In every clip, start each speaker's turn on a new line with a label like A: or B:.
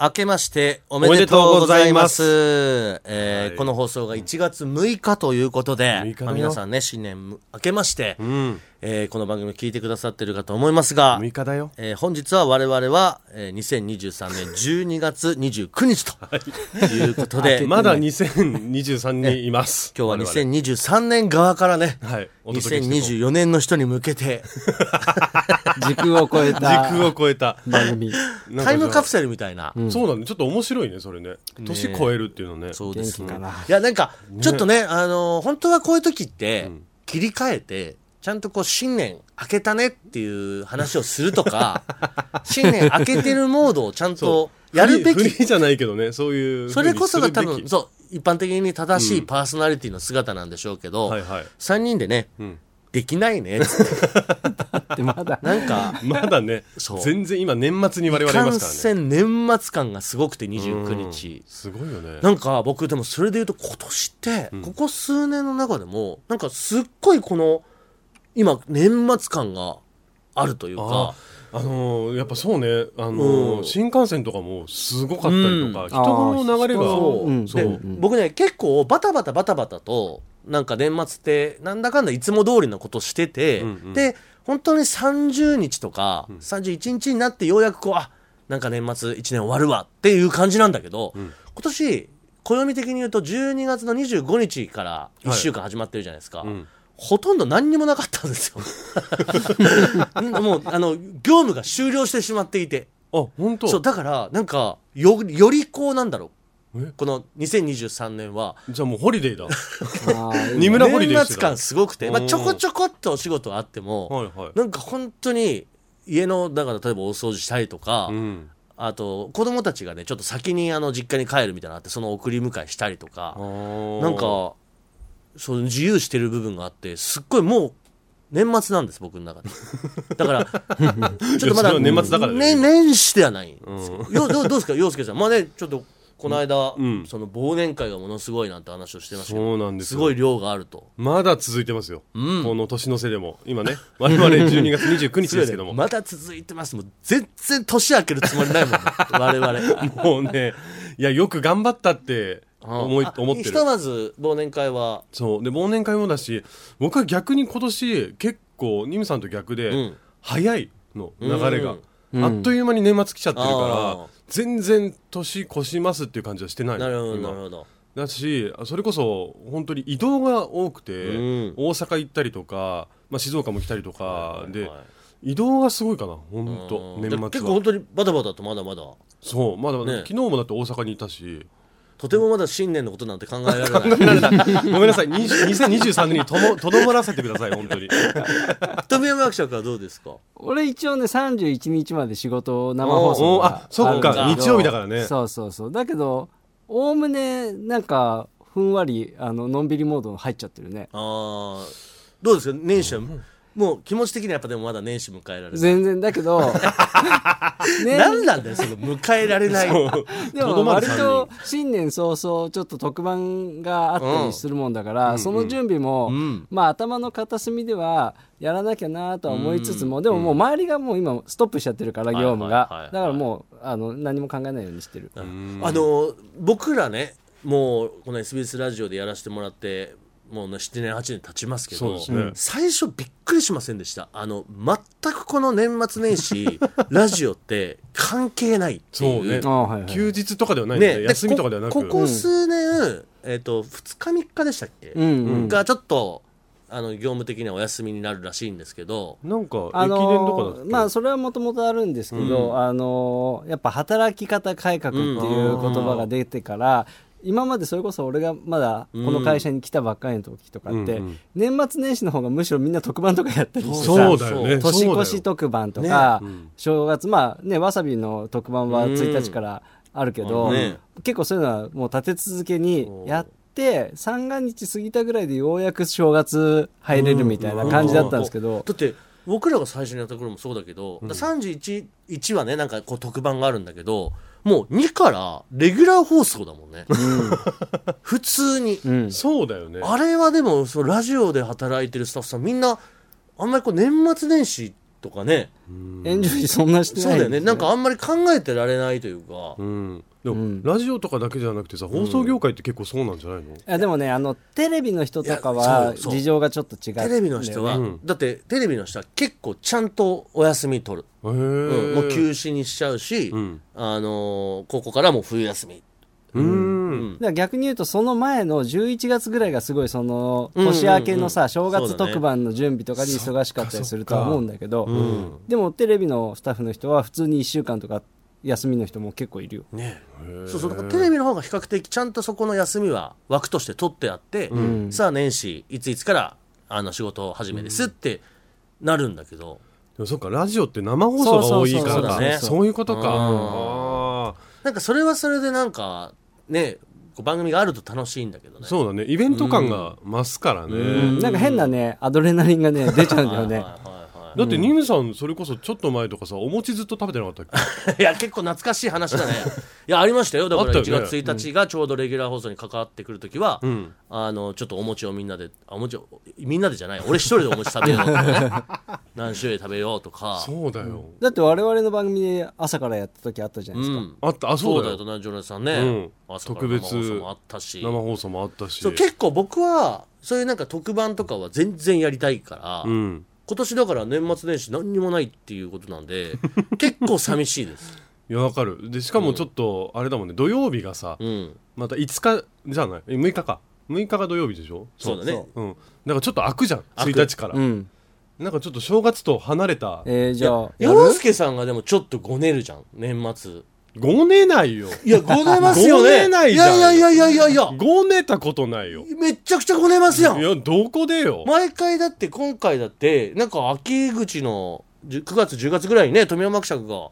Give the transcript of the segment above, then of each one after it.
A: 明けましておめでとうございます。えーこの放送が1月6日ということで、
B: 日だよ
A: まあ皆さんね、新年む明けまして、
B: うん。
A: えーこの番組聞いてくださってるかと思いますが、
B: 6日だよ。
A: えー本日は我々は、えー2023年12月29日ということで、
B: まだ2023にいます。
A: 今日は
B: 我々
A: 2023年側からね、
B: はいお届けしていこ
A: 2024年の人に向けて、
C: 時空を超えた
B: 時空を超えた。
C: 番組。
B: なんか
A: タイムカプ
B: じ
A: セルみたいな。
B: ゃあそうなんだ。ちょっと面白いね、それね。年超えるっていうのね。
A: そうですね
C: 元気かない
A: や、なんか、ちょっとね、あのー本当はこういう時って、切り替えて、ちゃんとこう、新年明けたねっていう話をすると か、新年明けてるモードをちゃんとやるべ
B: フリ
A: き
B: ー。フリーじゃないけどね、そういう。
A: それこそが多
B: するべ
A: 分、
B: き
A: そう、一般的に正しいパーソナリティの姿なんでしょうけど、
B: はいはい。
A: 3人でね、
B: ん
A: できないねっつって、
C: ってまだ。
A: なんか、
B: まだね
A: そう、
B: 全然今年末に 我々いま
A: 感
B: すからね。
A: 染年末感がすごくて29日。
B: すごいよね。
A: なんか僕でもそれで言うと今年ってここ数年の中でもなんかすっごいこの今年末感があるというか
B: ああのーやっぱそうね、あ
A: う
B: のー
A: ん
B: 新幹線とかもすごかったりとか、
A: うん
B: 人の流れが、
A: そう、
C: うん
A: で
C: そううん
A: 僕ね結構バタバタバタバタとなんか年末ってなんだかんだいつも通りのことしてて、
B: うんうん
A: で本当に30日とか31日になってようやくこうあなんか年末1年終わるわっていう感じなんだけど、今年暦的に言うと12月の25日から1週間始まってるじゃないですか、
B: ん
A: ほとんど何にもなかったんですよ もうあの業務が終了してしまっていて
B: あ本当
A: そうだからなんかよよりこうなんだろう
B: え
A: この2023年は
B: じゃあもうホリデーだ
C: あー
B: 二村ホリデー
A: 年
B: して
A: 末
B: た
A: 感すごくて、まあ、
B: うん
A: ちょこちょこっとお仕事はあっても
B: はいはい
A: なんか本当に家のだから例えばお掃除したりとか、
B: うん
A: あと子供たちがねちょっと先にあの実家に帰るみたいなのあってその送り迎えしたりとかな
B: な
A: んかその自由してる部分があってすっごいもう年末なんです僕の中 でだからちょっとまだ
B: いやそれは年末だからだ
A: ね
B: よ
A: 年始ではないんですけど、よどうどうですか洋介さんまあねちょっとこの間、
B: うん
A: その忘年会がものすごいなんて話をしてましたけど
B: そうなんです
A: す
B: よ
A: ごい量があると
B: まだ続いてますよ、この年の瀬でも今ね 我々12月29日ですけども、
A: まだ続いてますもう全然年明けるつもりないもん、ね、我々
B: もうねいやよく頑張ったって思い
A: あ
B: 思って
A: ひ
B: る
A: とまず忘年会は
B: そうで忘年会もだし僕は逆に今年結構ニムさんと逆で、
A: うん
B: 早いの流れが、
C: うん
B: あっという間に年末来ちゃってるから、
A: あー
B: 全然年越しますっていう感じはしてない
A: なるほど
B: 今
A: なるほど
B: だしそれこそ本当に移動が多くて、
A: うん
B: 大阪行ったりとか、まあ、静岡も来たりとか、で、
A: はい
B: 移動がすごいかな本当
A: うん
B: 年
A: で
B: 末は
A: 結構本当にバタバタとまだまだ
B: そうまだまだ、
A: ね
B: 昨日もだって大阪にいたし
A: とてもまだ新年のことなんて考えられない。
B: ごめんなさい20 2023年にともとどまらせてください本当に
A: 富山役者はどうですか
C: 俺一応ね31日まで仕事を生放
B: お
C: 送
B: ーおーあそっか
C: るんだけど
B: 日曜日だからね
C: そうそうそうだけどおおむねなんかふんわりあののんびりモード入っちゃってるね
A: ああ、どうですか年始は、もう気持ち的にはやっぱでもまだ年始迎えられない。
C: 全然だ けどね
A: 何なんだよ、その迎えられない。
C: で
B: とど
C: も
B: まる
C: 割
B: 三人
C: と新年早々ちょっと特番があったりするもんだから、その準備も、
A: ん
C: まあ頭の片隅ではやらなきゃなとは思いつつも、でももう周りがもう今ストップしちゃってるから
A: い
C: 業
A: はいはい
C: 務が、
A: はい
C: だからもうあの何も考えないようにしてる、
A: あの、僕らね、もうこの SBS ラジオでやらせてもらって、もうね7年、8年経ちますけ
B: そう
A: ど、
B: ですね
A: 最初びっくりしませんでした。あの、全くこの年末年始、 ラジオって関係ないっていう。
B: そうね
C: あはいはい
B: 休日とかではないんで、
A: ね、
B: 休みとかではなく
A: こここ数年、えっと2日3日でしたっけ、
C: うんうん
A: がちょっとあの業務的にはお休みになるらしいんですけど
B: なんか
C: あ
B: 駅伝とかだっ
C: の
B: け、
C: ーまあそれはもともとあるんですけど、あのーやっぱ働き方改革っていう言葉が出てから、今までそれこそ俺がまだこの会社に来たばっかりの時とかって、
B: うんうん
C: 年末年始の方がむしろみんな特番とかやったりしてさ
B: そうだよね
C: 年
B: そうだよ
C: 越し特番とか、
B: ねうん
C: 正月まあねわさびの特番は
A: うん
C: 1日からあるけど、
A: ね
C: 結構そういうのはもう立て続けにやって。て三が日過ぎたぐらいでようやく正月入れるみたいな感じだったんですけど
A: だって僕らが最初にやった頃もそうだけど、だから31 1はねなんかこう特番があるんだけどもう2からレギュラー放送だもんね普通に、
C: うん
B: そうだよね。
A: あれはでもそうラジオで働いてるスタッフさんみんなあんまりこう年末年始とかね
C: エンジョイそんなして
A: そう
C: な
A: だ
C: い
A: よねなんかあんまり考えてられないというか、
B: うん。でも、
C: ん
B: ラジオとかだけじゃなくてさ、放送業界って結構そうなんじゃないの、
C: いやでもねあのテレビの人とか
A: いや
C: は
A: そうそう
C: 事情がちょっと違う
A: テレビの人は、
B: うん
A: だってテレビの人は結構ちゃんとお休み取る、
B: へー
A: うんもう休止にしちゃうし、
B: ん
A: あのーここからもう冬休み
B: うー
A: うん
B: ん。
C: だから逆に言うとその前の11月ぐらいがすごいその
A: うんうんうん
C: 年明けのさ
A: そ
C: 正月
A: うだね
C: 特番の準備とかに忙しかったりするとは思うんだけど
A: ん
C: でもテレビのスタッフの人は普通に1週間とか休みの人も結構いるよ
A: ねそうそうだからテレビの方が比較的ちゃんとそこの休みは枠として取ってあって、さあ年始いついつからあの仕事を始めですってなるんだけど、
B: でもそっか、ラジオって生放送が多いか
A: そうそうそ
B: ら
A: う
B: か。
A: そうだね
B: そういうことか。
A: うん
B: あ
A: なんかそれはそれでなんかねこう番組があると楽しいんだけど
B: ー
A: ね
B: そうだね。イベント感が増すからね。
C: なんか変なねアドレナリン がね出ちゃうん
A: はい
C: だよ
A: はい
C: ね
A: は
B: だってニムさんそれこそちょっと前とかさお餅ずっと食べてなかったっ け
A: いはいいや結構懐かしい話 だねいやありましたよだから
B: あった
A: 1
B: よね
A: 月1日がちょうどレギュラー放送に関わってくるときは、
B: ん
A: あのちょっとお餅をみんなであお餅をみんなでじゃない俺一人でお餅食べようとかね 何種類食べようとか
B: そうだよ、
C: だって我々の番組で朝からやった時あったじゃないですか
A: ん
B: あったあそ
A: そううだよ
B: だよ
A: とね、ジョナさんね、
B: うん
A: 朝から
B: 特別
A: 生放送もあったし
B: 生放送もあったし
A: そう結構僕はそういうなんか特番とかは全然やりたいから、
B: うん
A: 今年だから年末年始何にもないっていうことなんで結構寂しいです、
B: いやわかるでしかもちょっとあれだもんね土曜日がさ、
A: うん、
B: また5日じゃないえ6日か6日が土曜日でしょ
A: そうだね
B: う、うん、だからちょっと開くじゃん
A: 開く
B: 1日から、
C: うん
B: なんかちょっと正月と離れた
C: えーじゃあやる
A: 洋介さんがでもちょっとごねるじゃん年末
B: ごねないよ
A: いやごねますよね
B: ごねないじゃん
A: いやいやいやいやいや
B: ごねたことないよ
A: めっちゃくちゃごねますや
B: い
A: ん
B: やどこでよ、
A: 毎回だって今回だってなんか秋口の10 9月10月ぐらいにね富山伯爵がも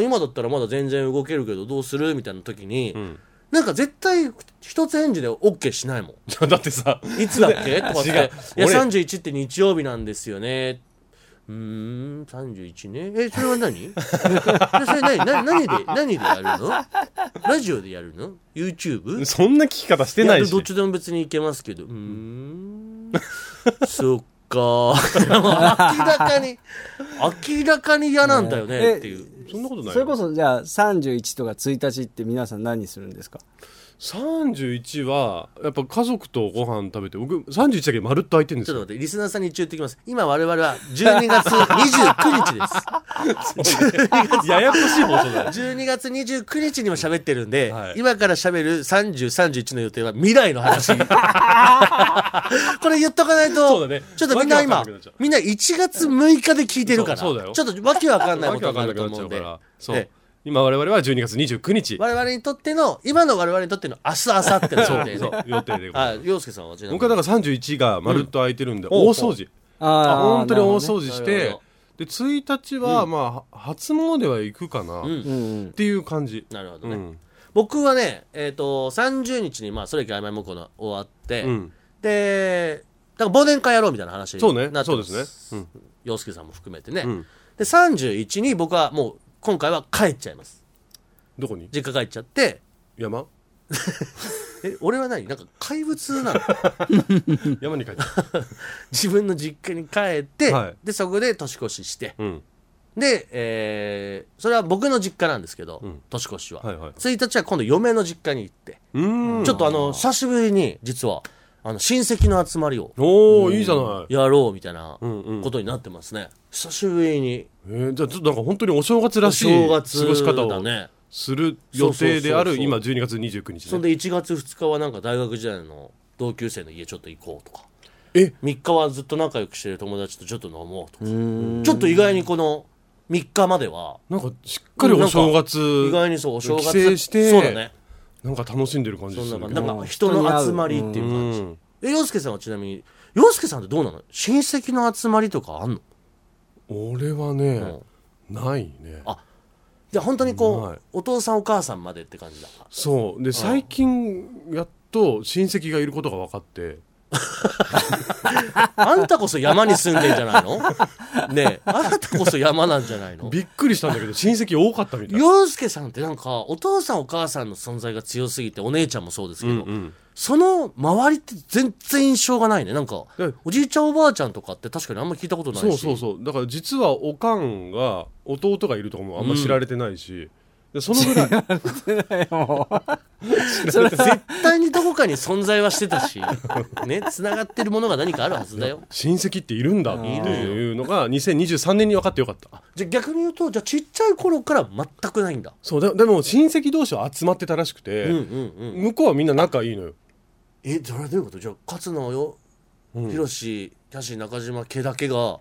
A: う今だったらまだ全然動けるけどどうするみたいな時に、
B: うん、
A: なんか絶対一つ返事で OK しないも
B: じ ゃあだってさ
A: んいつだっけとかって「い
B: 違う
A: や
B: 俺
A: 31って日曜日なんですよね」うーん31ねえそれは何 えそれ何何何で何でやるのラジオでやるの YouTube?
B: そんな聞き方してない
A: や
B: し
A: どっちでも別にいけますけどうーんそっ かもう明らかに明らかに嫌なんだよねっていう、
B: そんなことないよ
C: それこそじゃあ31とか1日って皆さん何するんですか
B: 31はやっぱ家族とご飯食べて僕31だけまるっと空いてるんで
A: ち
B: す
A: ょっと待
B: よ
A: ってリスナーさんに一応言っておきます今我々は12月29日です
B: ややこしい放 送だよ
A: 12月29日にも喋ってるんで、
B: はい
A: 今から喋る3031の予定は未来の 話これ言っとかない
B: そ
A: と、
B: うだね
A: ちょっとみんな
B: わ
A: 今
B: けわかんなくなっちゃう
A: みんな1月6日で聞いてるから
B: そうそうだよ
A: ちょっとわけわかんない
B: わ
A: こ
B: け
A: と
B: わ
A: になんる
B: かなく
A: と
B: な
A: 思
B: っ
A: う
B: ちゃ
A: ん
B: う
A: で
B: からそう、
A: ね
B: 今我々は12月29日
A: 我々にとっての今の我々にとっての明日明後日の予定で
B: そう予定でございます
A: あ洋介さんはちなみに
B: 僕はだから31がまるっと空いてるんで、大掃除
C: あー
B: 本当に大
C: なる
B: 掃
C: ほ
B: 除
A: な
B: し
A: る
B: て、
A: ほ
B: で1日はまあ初詣は行くかな、
A: ん
C: どねうんうん
B: っていう感じ、
A: なるほど
B: う
A: ね、
B: ん
A: 僕はねえっ、と30日にまあそれきあいまいもこの終わって、
B: うん
A: でだから忘年会やろうみたいな話にな
B: そ
A: っ
B: う
A: て
B: ね
A: ます
B: そうですね、うん
A: 洋介さんも含めてね、
B: うん
A: で31に僕はもう今回は帰っちゃいます
B: どこに
A: 実家帰っちゃって
B: 山
A: え俺は何なんか怪物 なの
B: 山に帰って
A: 自分の実家に帰って、
B: はい
A: でそこで年越しして、
B: うん
A: で、えーそれは僕の実家なんですけど、
B: うん
A: 年越しは、
B: はいはい
A: 1日は今度嫁の実家に行って、
B: うーん
A: ちょっとあの久しぶりに実はあの親戚の集まりを
B: おーいいじゃない、
A: やろうみたいな
B: うんうん
A: ことになってますね、久しぶりに
B: えーじゃあちょっとなんか本当にお正月らしい
A: お正月
B: 過ごし方
A: だ
B: を
A: ね
B: する
A: そ
B: 予定であ
A: うそうそう
B: る
A: そう
B: 今12月29日
A: そん
B: ね
A: で1月2日はなんか大学時代の同級生の家ちょっと行こうとか
B: え
A: 3日はずっと仲良くしてる友達とちょっと飲もうとかちょっと意外にこの3日までは
B: なんかしっかりお正月
A: 意外にそうお正月
B: 帰省して
A: そうだね
B: なんか楽しんでる感じ
A: そ
B: す
A: ん
B: る
A: な
B: けど
A: 感じなんか人の集まりっていう
B: う
A: 感じ
B: ん
A: え洋介さんはちなみに洋介さんってどうなの親戚の集まりとかあんの
B: 俺はね、ないね
A: あじゃあ本当にこう、
B: ない
A: お父さんお母さんまでって感じだ
B: そうで最近やっと親戚がいることが分かって
A: あんたこそ山に住んでんじゃない のねえあなたこそ山なんじゃないの
B: びっくりしたんだ けど親戚多かったみたい
A: 洋介さんってなんかお父さんお母さんの存在が強すぎてお姉ちゃんもそうですけど、
B: ん
A: その周りって全然印象がないねなんか
B: うん
A: おじいちゃんおばあちゃんとかって確かにあんま聞いたことないし
B: そうそうそうだから実はおかんが弟がいるとかもあんま知られてないし、でそのぐらい
C: もう
A: 絶対にどこかに存在はしてたしねつながってるものが何かあるはずだよ
B: 親戚っているんだっていうのが2023年に分かってよかった
A: じゃあ逆に言うとじゃあちっちゃい頃から全くないんだ
B: そうででも親戚同士は集まってたらしくて、
A: うんうんうん
B: 向こうはみんな仲いいのよ
A: えそれはどういうことじゃあ勝野よひろしキャシー中島家だけが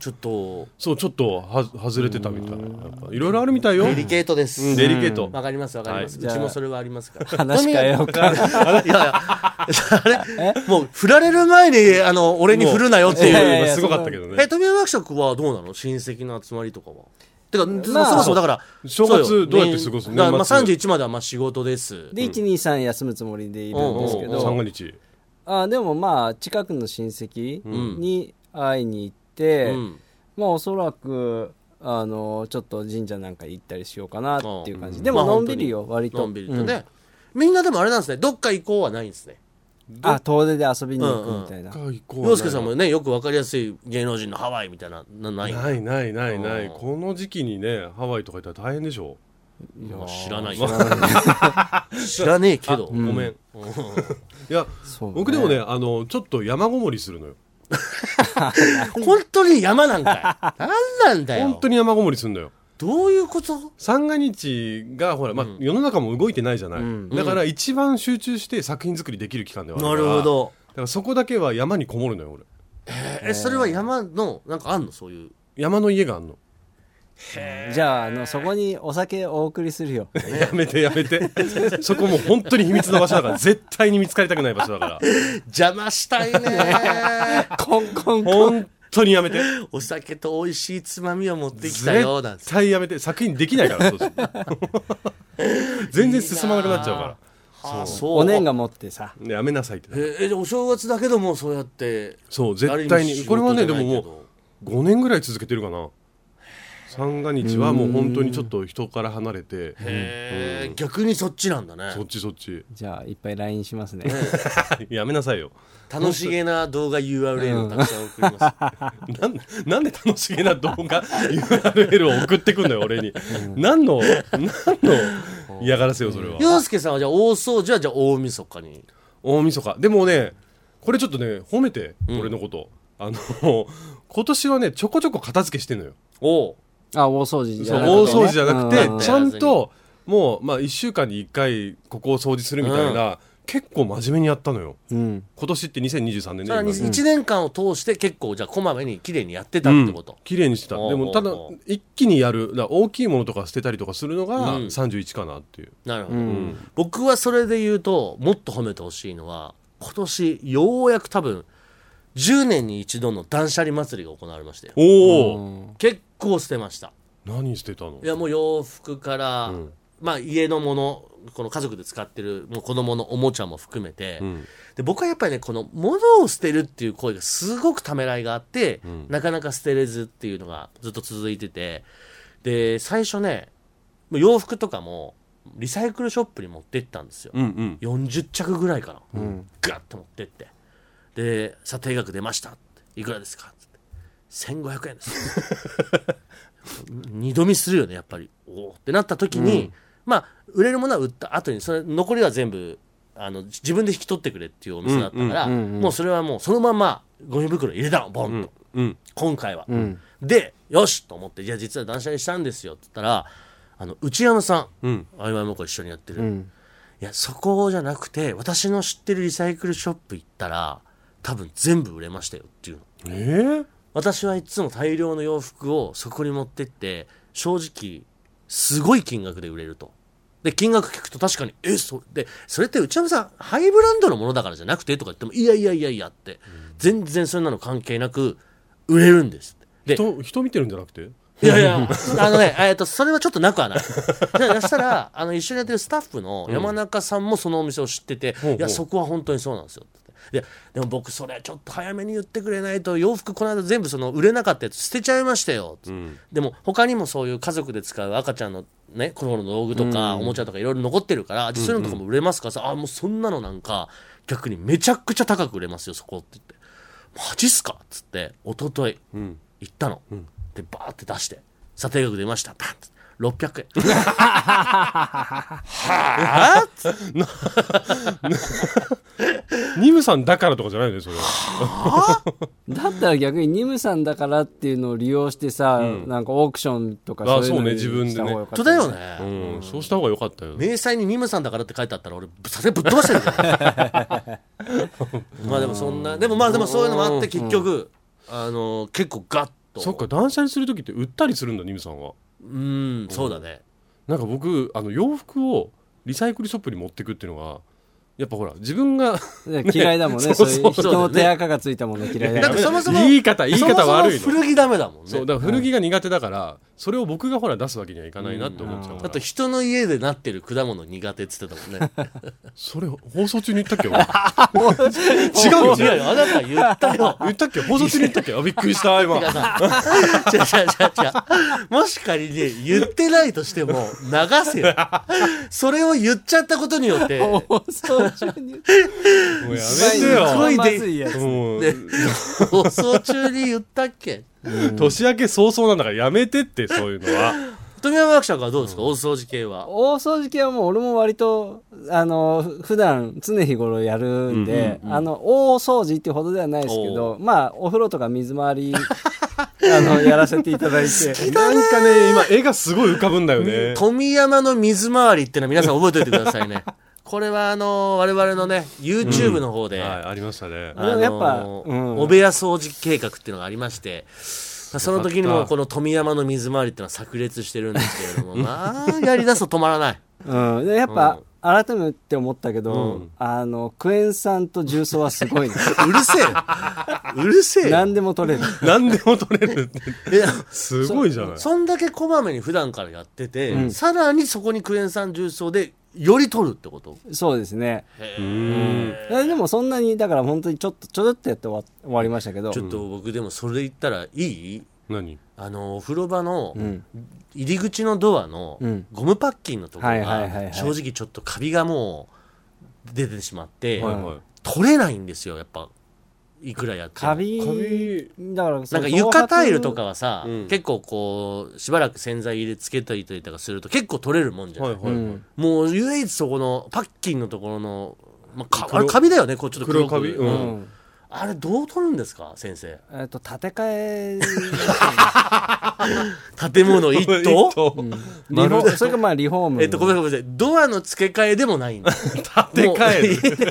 A: ちょっと
B: そうちょっとは外れてたみたいやっぱいろいろあるみたいよ
A: デリケートです、
B: うんデリケート、
A: わかりますわかります、
C: はいう
A: ちもそれはありますから
C: 話変えようか
A: いやいや、あれもう振られる前に、あの、俺に振るなよって
C: いやい
A: い
C: や
A: う。
C: いや
B: すごかったけどね
A: え、富山学食はどうなの親戚の集まりとかは。てか、
C: まあ
A: そもそもだから、
B: 正月
A: そうよ
B: どうやって過ごす
A: 年だからまあ
B: 年末
A: 31まではまあ仕事です。
C: で123休むつもりでいるんですけ
A: うん
B: 三が
C: ど
B: 日
C: あでもまあ近くの親戚に会いに行
A: う
C: って、
A: ん。
C: まあおそらくあのちょっと神社なんか行ったりしようかなっていう感じ、
A: うん
C: でも
A: まあ
C: のんびりよ割と
A: のんびりとね。みんなでもあれなんですね、どっか行こうはないんですね。
C: うんあ遠出で遊びに行くみたいな、
B: 洋
A: 洋介さんもね、よくわかりやすい芸能人のハワイみたいな、なない。
B: ないないないない、
A: うん
B: この時期にねハワイとか行ったら大変でしょ
A: まあ知らないよ。 知らねえけど
B: ご。めん、いや
C: そうね
B: 僕でもねあのちょっと山ごもりするのよ
A: 本当に山なんかい。なんなんだよ。
B: 本当に山ごもりするのよ
A: どういうこと
B: 三が日がほら、まあ世の中も動いてないじゃない、だから一番集中して作品作りできる期間ではあ
A: な
B: る
A: る
B: から
A: ほど。
B: だからそこだけは山にこもるのよ俺
A: えそれは山のなんかあんのそういう
B: 山の家があんの、
C: じゃああのそこにお酒お送りするよ
B: やめてやめてそこもう本当に秘密の場所だか ら絶対に見つかりたくない場所だから
A: 邪魔したい ね
C: コンコンコン
B: 本当にやめて
A: お酒と美味しいつまみを持ってきたよなん
B: 絶
A: て
B: 対やめて作品できないからそうすると 全然進まなくなっちゃうか
A: あそう
C: お年が持ってさ
B: らやめなさいって
A: ええじゃあお正月だけどもそうやって
B: そう絶対
A: ある意味仕
B: に
A: 事
B: これはね
A: じ
B: で
A: ゃな
B: も
A: いけど
B: もう5年ぐらい続けてるかな三が日はもう本当にちょっと人から離れて
A: へえ逆にそっちなんだね
B: そっちそっち
C: じゃあいっぱい LINE しますね
B: やめなさいよ
A: 楽しげな動画 URL をたくさん送ります
B: なんなんで楽しげな動画 URL を送ってくんのよ俺に 何の何の嫌がらせよそ れは
A: 洋介さんはじゃあ大掃除はじゃあ大晦日に
B: 大晦日でもねこれちょっとね褒めて俺のことあの今年はねちょこちょこ片付けしてんのよ
A: おう
C: あ大掃除じ
B: そ
C: ゃ
B: う
C: な
B: 大
C: くて、ね、
B: 掃除じゃなく
C: うん
B: てちゃんともうまあ1週間に1回ここを掃除するみたいな結構真面目にやったのよ
C: うん
B: 今年って2023年
A: それは
B: ね今ね
A: 1年間を通して結構じゃあこまめに綺麗にやってた
B: う
A: って
B: ん
A: こと、
B: 綺麗にしてた
A: おう
B: でもただ
A: おうおう
B: 一気にやるだから大きいものとか捨てたりとかするのが
A: うん
B: 31かなっていう
A: なるほ
C: う
A: ど、
C: ん
A: 僕はそれで言うともっと褒めてほしいのは今年ようやく多分10年に一度の断捨離祭りが行われましたよ
B: おお
A: 結構捨てました
B: 何捨てたの
A: いやもう洋服から、
B: ん
A: まあ家のものこの家族で使ってるもう子供のおもちゃも含めて、
B: うん
A: で僕はやっぱりねこの物を捨てるっていう行為がすごくためらいがあって、なかなか捨てれずっていうのがずっと続いててで最初ねもう洋服とかもリサイクルショップに持ってったんですよ、
B: うんうん
A: 40着ぐらいかな、ガッと持ってってで査定額出ましたいくらですかって1500円です 二度見するよねやっぱりおおってなった時に、まあ売れるものは売った後にそれ残りは全部あの自分で引き取ってくれっていうお店だったから、もうそれはもうそのまんまゴミ袋に入れたのボンと、
B: うん
A: 今回は、でよしと思ってじゃあ実は断捨離したんですよって言ったらあの内山さん、
B: うん
A: あいわいもこ一緒にやってる、いやそこじゃなくて私の知ってるリサイクルショップ行ったら多分全部売れましたよっていうの
B: えー
A: 私はいつも大量の洋服をそこに持ってって正直すごい金額で売れるとで金額聞くと確かにえそれでそれって内山さんハイブランドのものだからじゃなくてとか言ってもいやいやいやいやって全然そんなの関係なく売れるんですってで
B: 人人見てるんじゃなくて
A: いやいや、あのね、えっと、それはちょっとなくはない。でそしたら、あの、一緒にやってるスタッフの山中さんもそのお店を知ってて、
B: ほう
A: いや、そこは本当にそうなんですよって言って。で、でも僕、それちょっと早めに言ってくれないと、洋服この間全部その売れなかったやつ捨てちゃいましたよ。ってでも、他にもそういう家族で使う赤ちゃんのね、子供の道具とか、おもちゃとかいろいろ残ってるから、じゃあそういうのとかも売れますからさ、あ、もうそんなのなんか、逆にめちゃくちゃ高く売れますよ、そこって言って。マジっすかっつって一昨日
B: ん
A: 行ったの、でバーって出して査定額出ましたパンって600円 はあ
B: ニムさんだからとかじゃないねそれは
C: だったら逆にニムさんだからっていうのを利用してさ、なんかオークションとか
B: あ
C: そうい
B: そ
C: うのに
B: うね自分でね
C: した方が良か
A: 本当
C: った
A: だよ
B: う
A: ね、
B: んそうした方が良かったよ
A: 明細にニムさんだからって書いてあったら俺査定ぶっ飛ばしてるよ まあでもそんなでもまあでもそういうのもあって結局、あの結構ガッと
B: そっか断捨離する時って売ったりするんだニムさんは
A: うんそうだね
B: なんか僕あの洋服をリサイクルショップに持ってくっていうのがやっぱほら自分が
C: 嫌いだもんね そういう人の手垢がついたもの嫌いだ
A: だって
C: から
A: そもそも
B: 言い方言い方悪いの
A: そもそも古着ダメだもんね
B: そうだから古着が苦手だから、それを僕がほら出すわけにはいかないなって思っちゃうか
A: だ
B: ら、
A: って人の家でなってる果物苦手っつってたも んね
B: それ放送中に言ったっけ俺
A: 違うよ違うよあなた言ったよ
B: 言ったっけ放送中に言ったっけあびっくりした今
A: 皆さん 違う違う違う違うもし仮に言ってないとしても流せよそれを言っちゃったことによって
C: 放送中に
B: もうやめて
C: す
B: よ
C: ご
A: ご
C: い
A: い
C: ま
A: で
C: ずいやつ
B: もう
A: 放送中に言ったっけ
B: 年明け早々なんだからやめてってそういうのは
A: 富山学者はどうですか大掃除系は
C: 大掃除系はもう俺も割とあの普段常日頃やるんで、あの大掃除ってほどではないですけどまあお風呂とか水回り あのやらせていただいて
B: なんかね今絵がすごい浮かぶんだよね
A: 富山の水回りってのは皆さん覚えておいてくださいねこれはあの我々のね YouTube の方で、
B: はいありましたね
C: あでもやっぱ
A: あのー
C: うん
A: お部屋掃除計画っていうのがありまして、その時に
B: よかっ
A: も
B: た
A: この富山の水回りっていうのは炸裂してるんですけれども、まあ、やりだすと止まらない。
C: うん、でやっぱ、改めて思ったけど、
B: うん
C: あのクエン酸と重曹はすごいね
A: うるせえようるせえよ
C: 何でも取れる
B: 何でも取れるって
A: いや
B: すごいじゃない
A: そんだけこまめに普段からやってて、
C: うん
A: さらにそこにクエン酸重曹でより取るってこと
C: そうですね
B: うん
C: えでもそんなにだから本当にちょっとちょろっとやって終わ終わりましたけど
A: ちょっと僕でもそれ言ったらいい
B: 何
A: あのお風呂場の
C: うん
A: 入り口のドアの
C: うん
A: ゴムパッキンのところ
C: はいはいはいは
A: が
C: い
A: 正直ちょっとカビがもう出てしまって、
B: はいはい
A: 取れないんですよやっぱいくらやっても
C: カビ
B: カビ
C: だからそ
A: なん
C: の
A: か
C: 頭
A: 床
C: 髪
A: タイルとかはさ、
B: うん
A: 結構こうしばらく洗剤入れつけたりとかすると結構取れるもんじゃな、
B: はいいは
C: う
B: い、
C: ん
A: もう唯一そこのパッキンのところの、まあ、か
B: 黒
A: あれカビだよねこうちょっと黒く
B: 黒カビう
C: うんん
A: あれどう取るんですか先生
C: えっと建て替え
A: 建物一 棟
C: うんリフ
B: なるほ
C: ォそれかまあリフォーム
A: えっと、ごめんなさい。ドアの付け替えでもないんだ。
B: 建て替え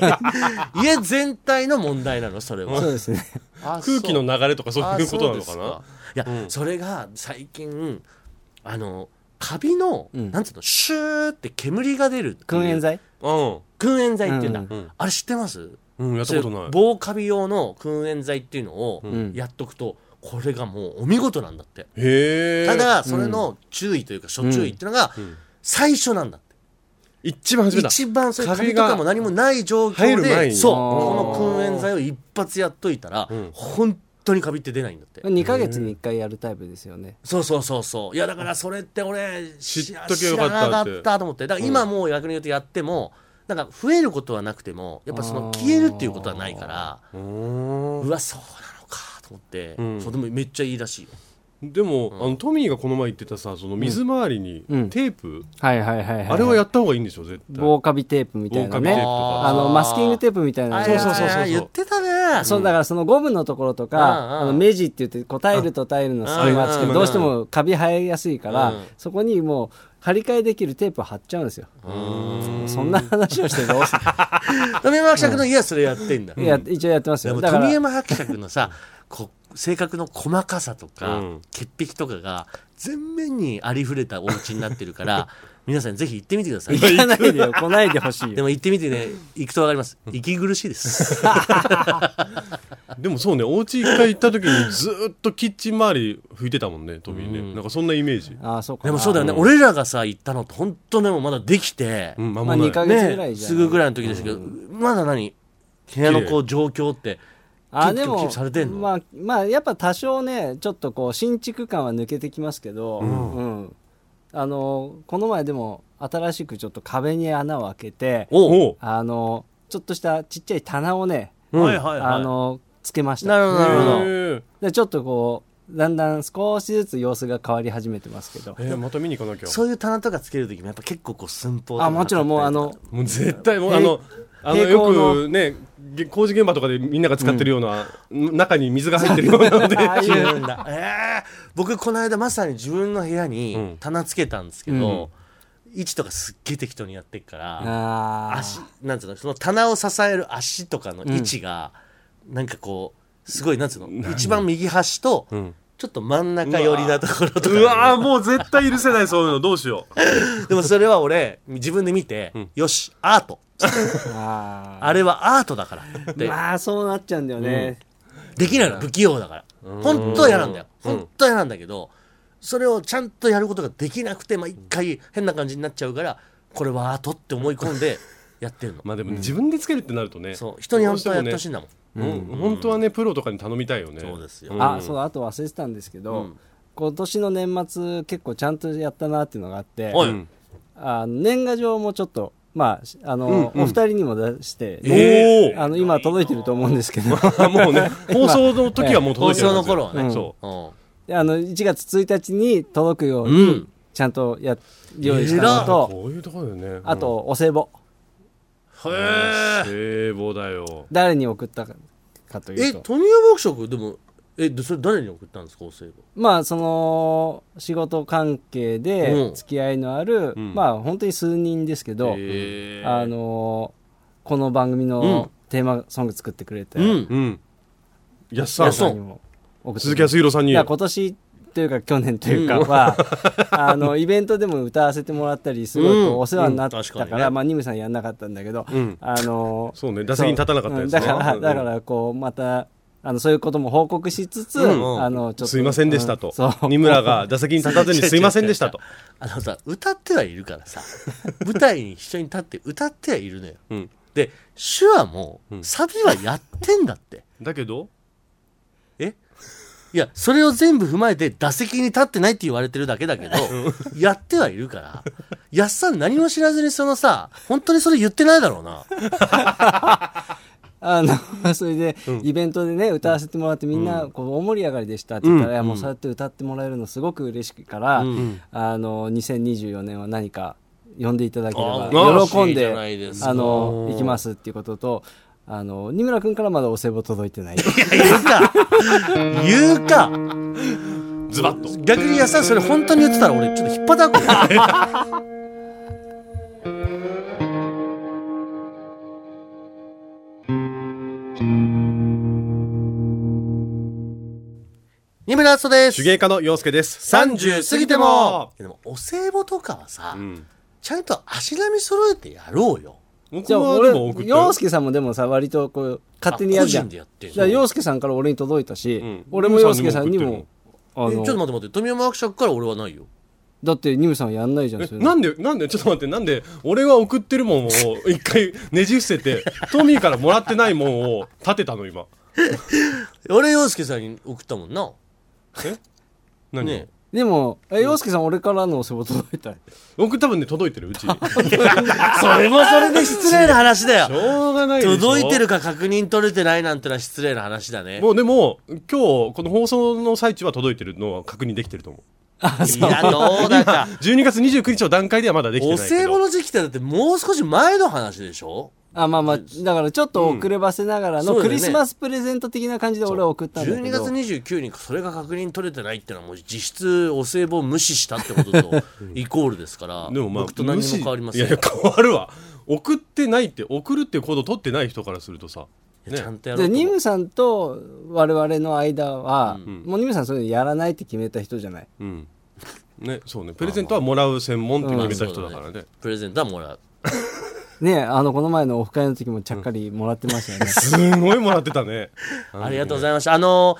A: もう家全体の問題なの、それは。
C: そうですね
B: 空気の流れとかそういうこと
A: あそう
B: なのかな
A: ですかいや、それが最近あのカビの、
C: うん
A: なんつうのシューって煙が出るっていう
C: 訓練剤
B: うん
A: 燻煙剤っていうんだ、
C: うん
B: うん
A: あれ知ってます
B: うん、やったことない。
A: 防カビ用の燻煙剤っていうのを
C: ん
A: やっとくと、これがもうお見事なんだって、
B: へえ。
A: ただそれの注意というか諸注意っていうのが、
B: ん
A: 最初なんだって
B: 一番初めだ。
A: 一番そういうカビと
B: カ
A: か
B: ビが
A: も何もない状
B: 入
A: 況
B: る前
A: で
B: に
A: そう
C: あー
A: この燻煙剤を一発やっといたら、
B: ん
A: 本当にカビって出ないんだって
C: 2ヶ月に1回やるタイプですよね
A: そうそうそうそういやだからそれって俺知
B: 知っときゃよかったって
A: 知らなかったと思ってだから今もう逆に言うとやっても、なんか増えることはなくてもやっぱその消えるっていうことはないから
B: うー
A: うわそうなのかと思って、
B: ん
A: そうでもめっちゃいいらしいよ
B: んでも、あのトミーがこの前言ってたさ、その水回りに
C: うん
B: テープ、
C: はいはいはいはい
B: あれはやった方がいいんでしょ、絶対。
C: 防カビテープみたいな
B: 防カビテープ
C: ね
B: とか
C: あのマスキングテープみたいなの
A: そうそう
B: そ
A: そうう
B: そうそう
A: 言ってたね
C: そうだからそのゴムのところとか、
A: うんうん
C: あの目地って言ってこうタイルとタイルの隙間を作
A: うんう
C: る
A: ん
C: どうしてもカビ生えやすいから、
A: うん
C: そこにもう張り替えできるテープを貼っちゃうんですよそんな話をしてどうす
A: 富山伯爵の家はそれやってんだ、
C: いや一応やってます
A: で
C: よ
A: も
C: だか
A: 富
C: ら
A: 山伯爵のさこ性格の細かさとか、
B: うん
A: 潔癖とかが全面にありふれたお家になってるから皆さんぜひ行ってみてください
C: 行かないでよ来ないでほしい
A: で
C: よ
A: も行ってみてね行くと分かります息苦しいです
B: でもそうねお家一回行った時にずーっとキッチン周り拭いてたもんねトビーねなんかそんなイメージ、
C: ああそうか
A: でもそうだよね俺らがさ行ったのって本当ねもうまだできて、
B: うん、間
C: ま
B: も
C: あ
B: な
C: 2
B: い
C: ヶ月ぐら
A: ね
C: いじゃん
A: すぐぐらいの時でしたけど、まだ何部屋のこう状況って
C: あ
A: キ
C: で
A: ープキー
C: も
A: プされてんの
C: まあ、まあ、やっぱ多少ねちょっとこう新築感は抜けてきますけど、うんあのこの前でも新しくちょっと壁に穴を開けて
B: おおう
C: あのちょっとしたちっちゃい棚をね、
A: はいはいはい
C: あのつけました
A: なるほどなるほど
B: へー
C: でちょっとこうだんだん少しずつ様子が変わり始めてますけど
B: えー、また見に行かなきゃ
A: そういう棚とかつける時もやっぱ結構こう寸法とか
C: あもちろんもうあの
B: もう絶対もうあ
C: 平
B: のあの
C: 平行の
B: よくねげ工事現場とかでみんなが使ってるような、中に水が入ってるようなので
C: ああい
A: 自
C: う
A: 分だえー僕この間まさに自分の部屋
B: う
A: に
B: ん
A: 棚つけたんですけど、位置とかすっげえ適当にやってっから
C: あー
A: 足なんつうのその棚を支える足とかの位置が、なんかこうすごいなんつうの一番右端と、
B: ん
A: ちょっと真ん中寄りなところとか
B: うわ ーもう絶対許せないそういうのどうしよう
A: でもそれは俺自分で見て、よしアート
C: あ
A: あれはアートだからって
C: ーまあそうなっちゃうんだよね、
A: できないの不器用だから本当は嫌なんだよ本当は嫌なんだけどそれをちゃんとやることができなくて毎回変な感じになっちゃうからこれはアートって思い込んでやってるの
B: まあでも、自分でつけるってなるとね
A: そう人に本当はやってほしいんだもん
B: うん本当はねプロとかに頼みたいよね
A: そうですよ
C: あそうだあと忘れてたんですけど、
A: うん
C: 今年の年末結構ちゃんとやったなっていうのがあって、
A: おい
B: うん
C: あの年賀状もちょっと、まあし、あの、お二人にも出して、
B: えー
C: あの、今届いてると思うんですけ ど、
B: あもうね放送の時はもう
A: 放
B: 届いてる
A: 送の
B: んですよ
A: 頃はね、
C: うん
A: そ
B: そ
C: あの、1月1日に届くよう
A: う
C: に
A: ん、
C: ちゃんとや、用意したの
B: う
C: と、
B: こういうところだよね
C: あと、お歳暮。
A: うへえ
B: 聖望だよ
C: 誰に送ったかかとい
A: え
C: うと、
A: トニー牧食でもえでそれ誰に送ったんですかお歳暮
C: まあ、その、仕事関係
A: う
C: で
A: ん
C: 付き合いのある、
B: うん
C: まあ、本当に数人ですけど、
B: へー
C: あの、この番組のテーマソング作ってくれて、
A: うん
B: うんやっさん
C: 皆
A: 安さ
C: さ
A: ん
C: んにも送って
B: 鈴木康弘さん
C: い
B: に
C: や今年というか去年というかは、あのイベントでも歌わせてもらったりすごい
A: う
C: こうんお世話になったから、
A: うん確かにね
C: まあニムさんやんなかったんだけど、
B: うん
C: あの
B: そうね打席に立たなかったやつ
C: そ
B: ね
C: ううんだ
B: う
C: から
B: ん
C: だからこうまたあのそういうことも報告しつつ、
A: うん
C: あのちょっと
B: すいませんでしたと
C: うそう
B: 二村が打席に立たず にすいませんでしたと
A: あのさ歌ってはいるからさ舞台に一緒に立って歌ってはいるのよ
B: うん
A: で手話もサビはやってんだって、
B: だけど
A: えいやそれを全部踏まえて打席に立ってないって言われてるだけだ けどやってはいるからやっさん何も知らずにそのさ本当にそれ言ってないだろうな
C: あの それで、イベントでね歌わせてもらってみんなこう大盛り上がりでしたって言ったら、いやもうそうやって歌ってもらえるのすごく嬉しいから、あの2024年は何か呼んでいただけれ
A: あー
C: ば喜ん
A: いいじ
C: で
A: ゃないですか
C: あの行きますっていうこととあの二村君からまだお歳暮届 いてない
A: 言うか言うか
B: ズバッと
A: 逆にやっさんそれ本当に言ってたら俺ちょっと引っ張たくなる二村敦です
B: 手芸家の洋介です
A: 30過ぎてもでもお歳暮とかはさ、
B: うん
A: ちゃんと足並み揃えてやろうよ
B: 僕
C: じゃあ
B: はでも
C: 俺
B: 送って
C: 洋介さんもでもさ割とこう勝手にやるじゃ
A: あ個人
C: ん
A: でやってる
C: じゃあ洋介さんから俺に届いたし、
B: ん
C: 俺も洋介さんにもあ
A: え
C: の
A: ちょっと待って待って富山伯爵から俺はないよ
C: だって二村さんやんないじゃんそれ
B: なんでなんでちょっと待ってなんで俺は送ってるもんを一回 ねじ伏せてトミーからもらってないもんを立てたの今
A: 俺洋介さんに送ったもんな
B: え何、
A: ね
C: でもえ洋介さん俺からのお歳暮届いた
B: 僕多分ね届いてる うちにし
A: それもそれで失礼な話だよ
B: ょうがないでしょ
A: 届いてるか確認取れてないなんてのは失礼な話だね。
B: もうでも今日この放送の最中は届いてるのは確認できてると思う
A: いや、どうだか。
B: 12月29日の段階ではまだできてな
A: お
B: いけど
A: 歳暮の時期ってだってもう少し前の話でしょ
C: あまあまあだからちょっと遅ればせながら
A: うんそう
C: の
A: だよ
C: ク
A: ね
C: リスマスプレゼント的な感じで俺は送ったんだけど、
A: ?12 月29日にそれが確認取れてないってのはもう実質お歳暮を無視したってこと とイコールですから、
B: でもまあ
A: 僕と何も変わりません
B: 無視いやいや変わるわ送ってないって送るっていう行動を取ってない人からするとさ
A: いやちゃんとやろ
C: で
A: うと思
C: ニ
A: う
C: ムさんと我々の間は、もうニムさんそういうのやらないって決めた人じゃない
B: うんねそうねプレゼントはもらう専門って決めた人だからね、
A: プレゼントはもらう
C: ねあのこの前のオフ会の時もちゃっかりもらってましたよね、
B: すごいもらってたね
A: ありがとうございました。あの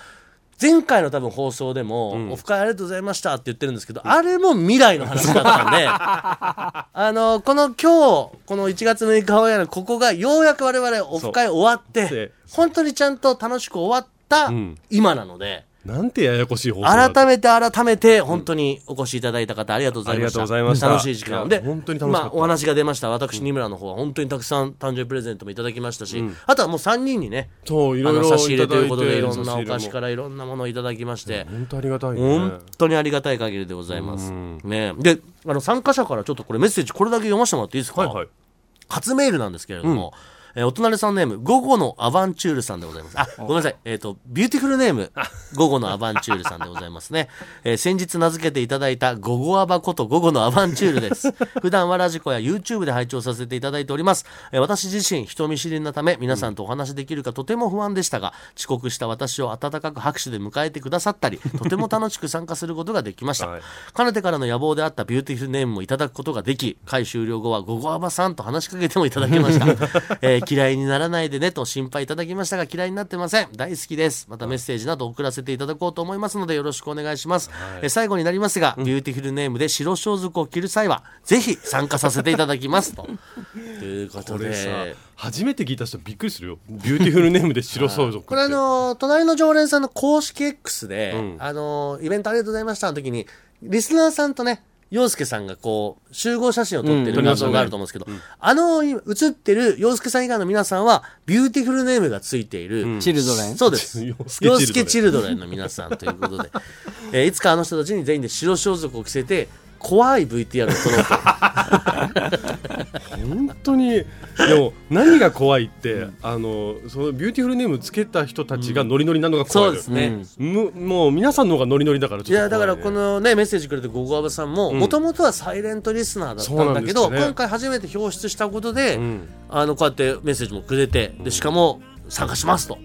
A: 前回の多分放送でも、
B: ん
A: オフ会ありがとうございましたって言ってるんですけど、あれも未来の話だったん で、あの、この今日、この1月6日オンエアのここが、ようやく我々オフ会終わっ
B: そうで
A: て、本当にちゃんと楽しく終わった
B: ん
A: 今なので、
B: なんてややこしい放送だ
A: 改めて改めて、本当にお越しいただいた方、ありがとうございました。
B: ありがとうございました
A: 楽しい時間を。で、
B: いや本当に楽しかった
A: まあ、お話が出ました。私、二村の方は本当にたくさん誕生日プレゼントもいただきましたし、あとはもう3人にね、
B: そうい
A: あ
B: ろい
A: の
B: ろ
A: 差し入れということでい
B: ただ
A: ろんなお菓子かららいろんなものをいただきまして
B: 本当ありがたいね
A: 本当にありがたい限りでございます、ね、であの参加者からちょっとこれメッセージこれだけ読ませてもらっていいですか、
B: はいはい
A: 初メールなんですけれども、えーお隣さんネーム、午後のアバンチュールさんでございます。あ、ごめんなさい。えっ、と、ビューティフルネーム、午後のアバンチュールさんでございますね。えー先日名付けていただいた、午後アバこと午後のアバンチュールです。普段はラジコや YouTube で拝聴させていただいております。えー私自身、人見知りなため、皆さんとお話しできるかとても不安でしたが、遅刻した私を温かく拍手で迎えてくださ ったり、とても楽しく参加することができました。
B: はい
A: かねてからの野望であったビューティフルネームもいただくことができ、会終了後はゴゴアバさんと話しかけてもいただき ました。えー嫌いにならないでねと心配いただきましたが、嫌いになってません。大好きです。またメッセージなど送らせていただこうと思いますので、よろしくお願いします。えー最後になりますが、ビューティフルネームで白装束を着る際は、ぜひ参加させていただきます。と。ということ
B: これさ
A: で。
B: 初めて聞いた人びっくりするよビューティフルネームで白装束
A: これあのー隣の常連さんの公式 X で、
B: ん
A: あのーイベントありがとうございましたの時に、リスナーさんとね、洋介さんがこう、集合写真を撮って
B: う
A: る
B: ん
A: 画像があると思うんですけど、あの、今写ってる洋介さん以外の皆さんは、ビューティフルネームがついている、
C: チルドレン
A: そうです。
B: 洋
A: 洋
B: 介チルドレ
A: 介チルド
B: ン
A: レンの皆さんということで、えーいつかあの人たちに全員で白装束を着せて、怖い VTR を撮ろうと。
B: 本当にでも何が怖いって、あのそのビューティフルネームつけた人たちがノリノリなのが怖い
A: そ
B: の
A: う
B: よ、
A: ですね。
B: むもう皆さんの方がノリノリだからちょっ
A: い
B: と怖
A: やだからこ
B: ね
A: のねメッセージくれたゴゴアバさんももともとはサイレントリスナーだったんだけ
B: そ
A: ど、
B: うなんですよね
A: 今回初めて表出したことで、
B: ん
A: あのこうやってメッセージもくれてでしかも参加しますと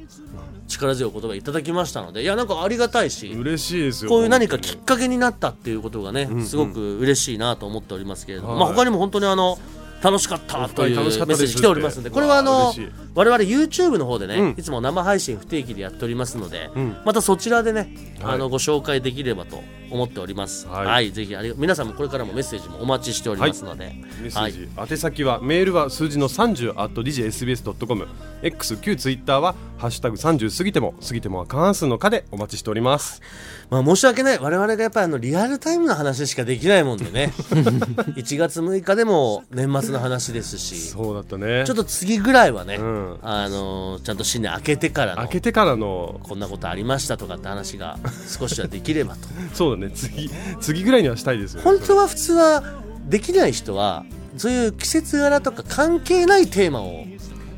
A: 力強いお言葉いただきましたのでいやなんかありがたいし
B: 嬉しいですよ
A: こういう何か
B: 本
A: きっかけになったっていうことがね、すごく嬉しいなと思っておりますけれども、
B: はい
A: まあ、他にも本当にあの楽しかったという
B: お
A: メ
B: 二人楽しかった
A: ッ
B: です
A: セージ来ておりますのでこれはあ
B: わあ
A: の
B: 嬉しい
A: 我々 YouTube の方でね、
B: うん
A: いつも生配信不定期でやっておりますので、
B: ん
A: またそちらでね、
B: はい
A: あのご紹介できればと思っております。は、
B: はいい
A: ぜひあり皆さんもこれからもメッセージもお待ちしておりますので、はい
B: メッセージ、宛先はメールは数字の30 at digsbs.com X 旧ツイッターはハッシュタグ30過ぎても過ぎてもは過半数の課でお待ちしております
A: まあ、申し訳ない我々がやっぱりあのリアルタイムの話しかできないもんで ね1月6日でも年末の話ですし
B: そうだったね
A: ちょっと次ぐらいはね、
B: ん
A: あのーちゃんと新年明けてからの
B: 開けてからの
A: こんなことありましたとかって話が少しはできればと
B: そうだね次次ぐらいにはしたいですよ ね
A: 本当は普通はできない人はそういう季節柄とか関係ないテーマを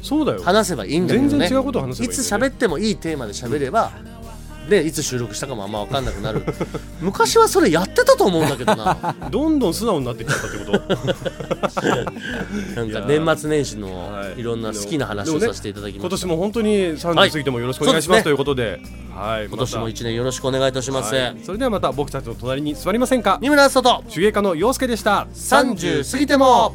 B: そうだよ
A: 話せばいいんだけどね
B: 全然違うことを話せばいいんだよね
A: つ喋ってもいいテーマで喋ればでいつ収録したかもあんま分かんなくなる 昔はそれやってたと思うんだけど な
B: どんどん素直になってきちゃったってこと
A: なん
B: いや
A: か
B: ー
A: 年末年始の
B: はい
A: いろんな好きな話を
B: でも
A: さ
B: ね
A: せていただきました、
B: 今年も本当に
A: はい
B: 30過ぎてもよろしくお願いしますということで、はい、
A: 今年も
B: ま
A: 一年よろしくお願いいたします、
B: たはいそれではまた僕たちの隣に座りませんか
A: 三村敦人と
B: 手芸家の陽介でした
A: 30過ぎても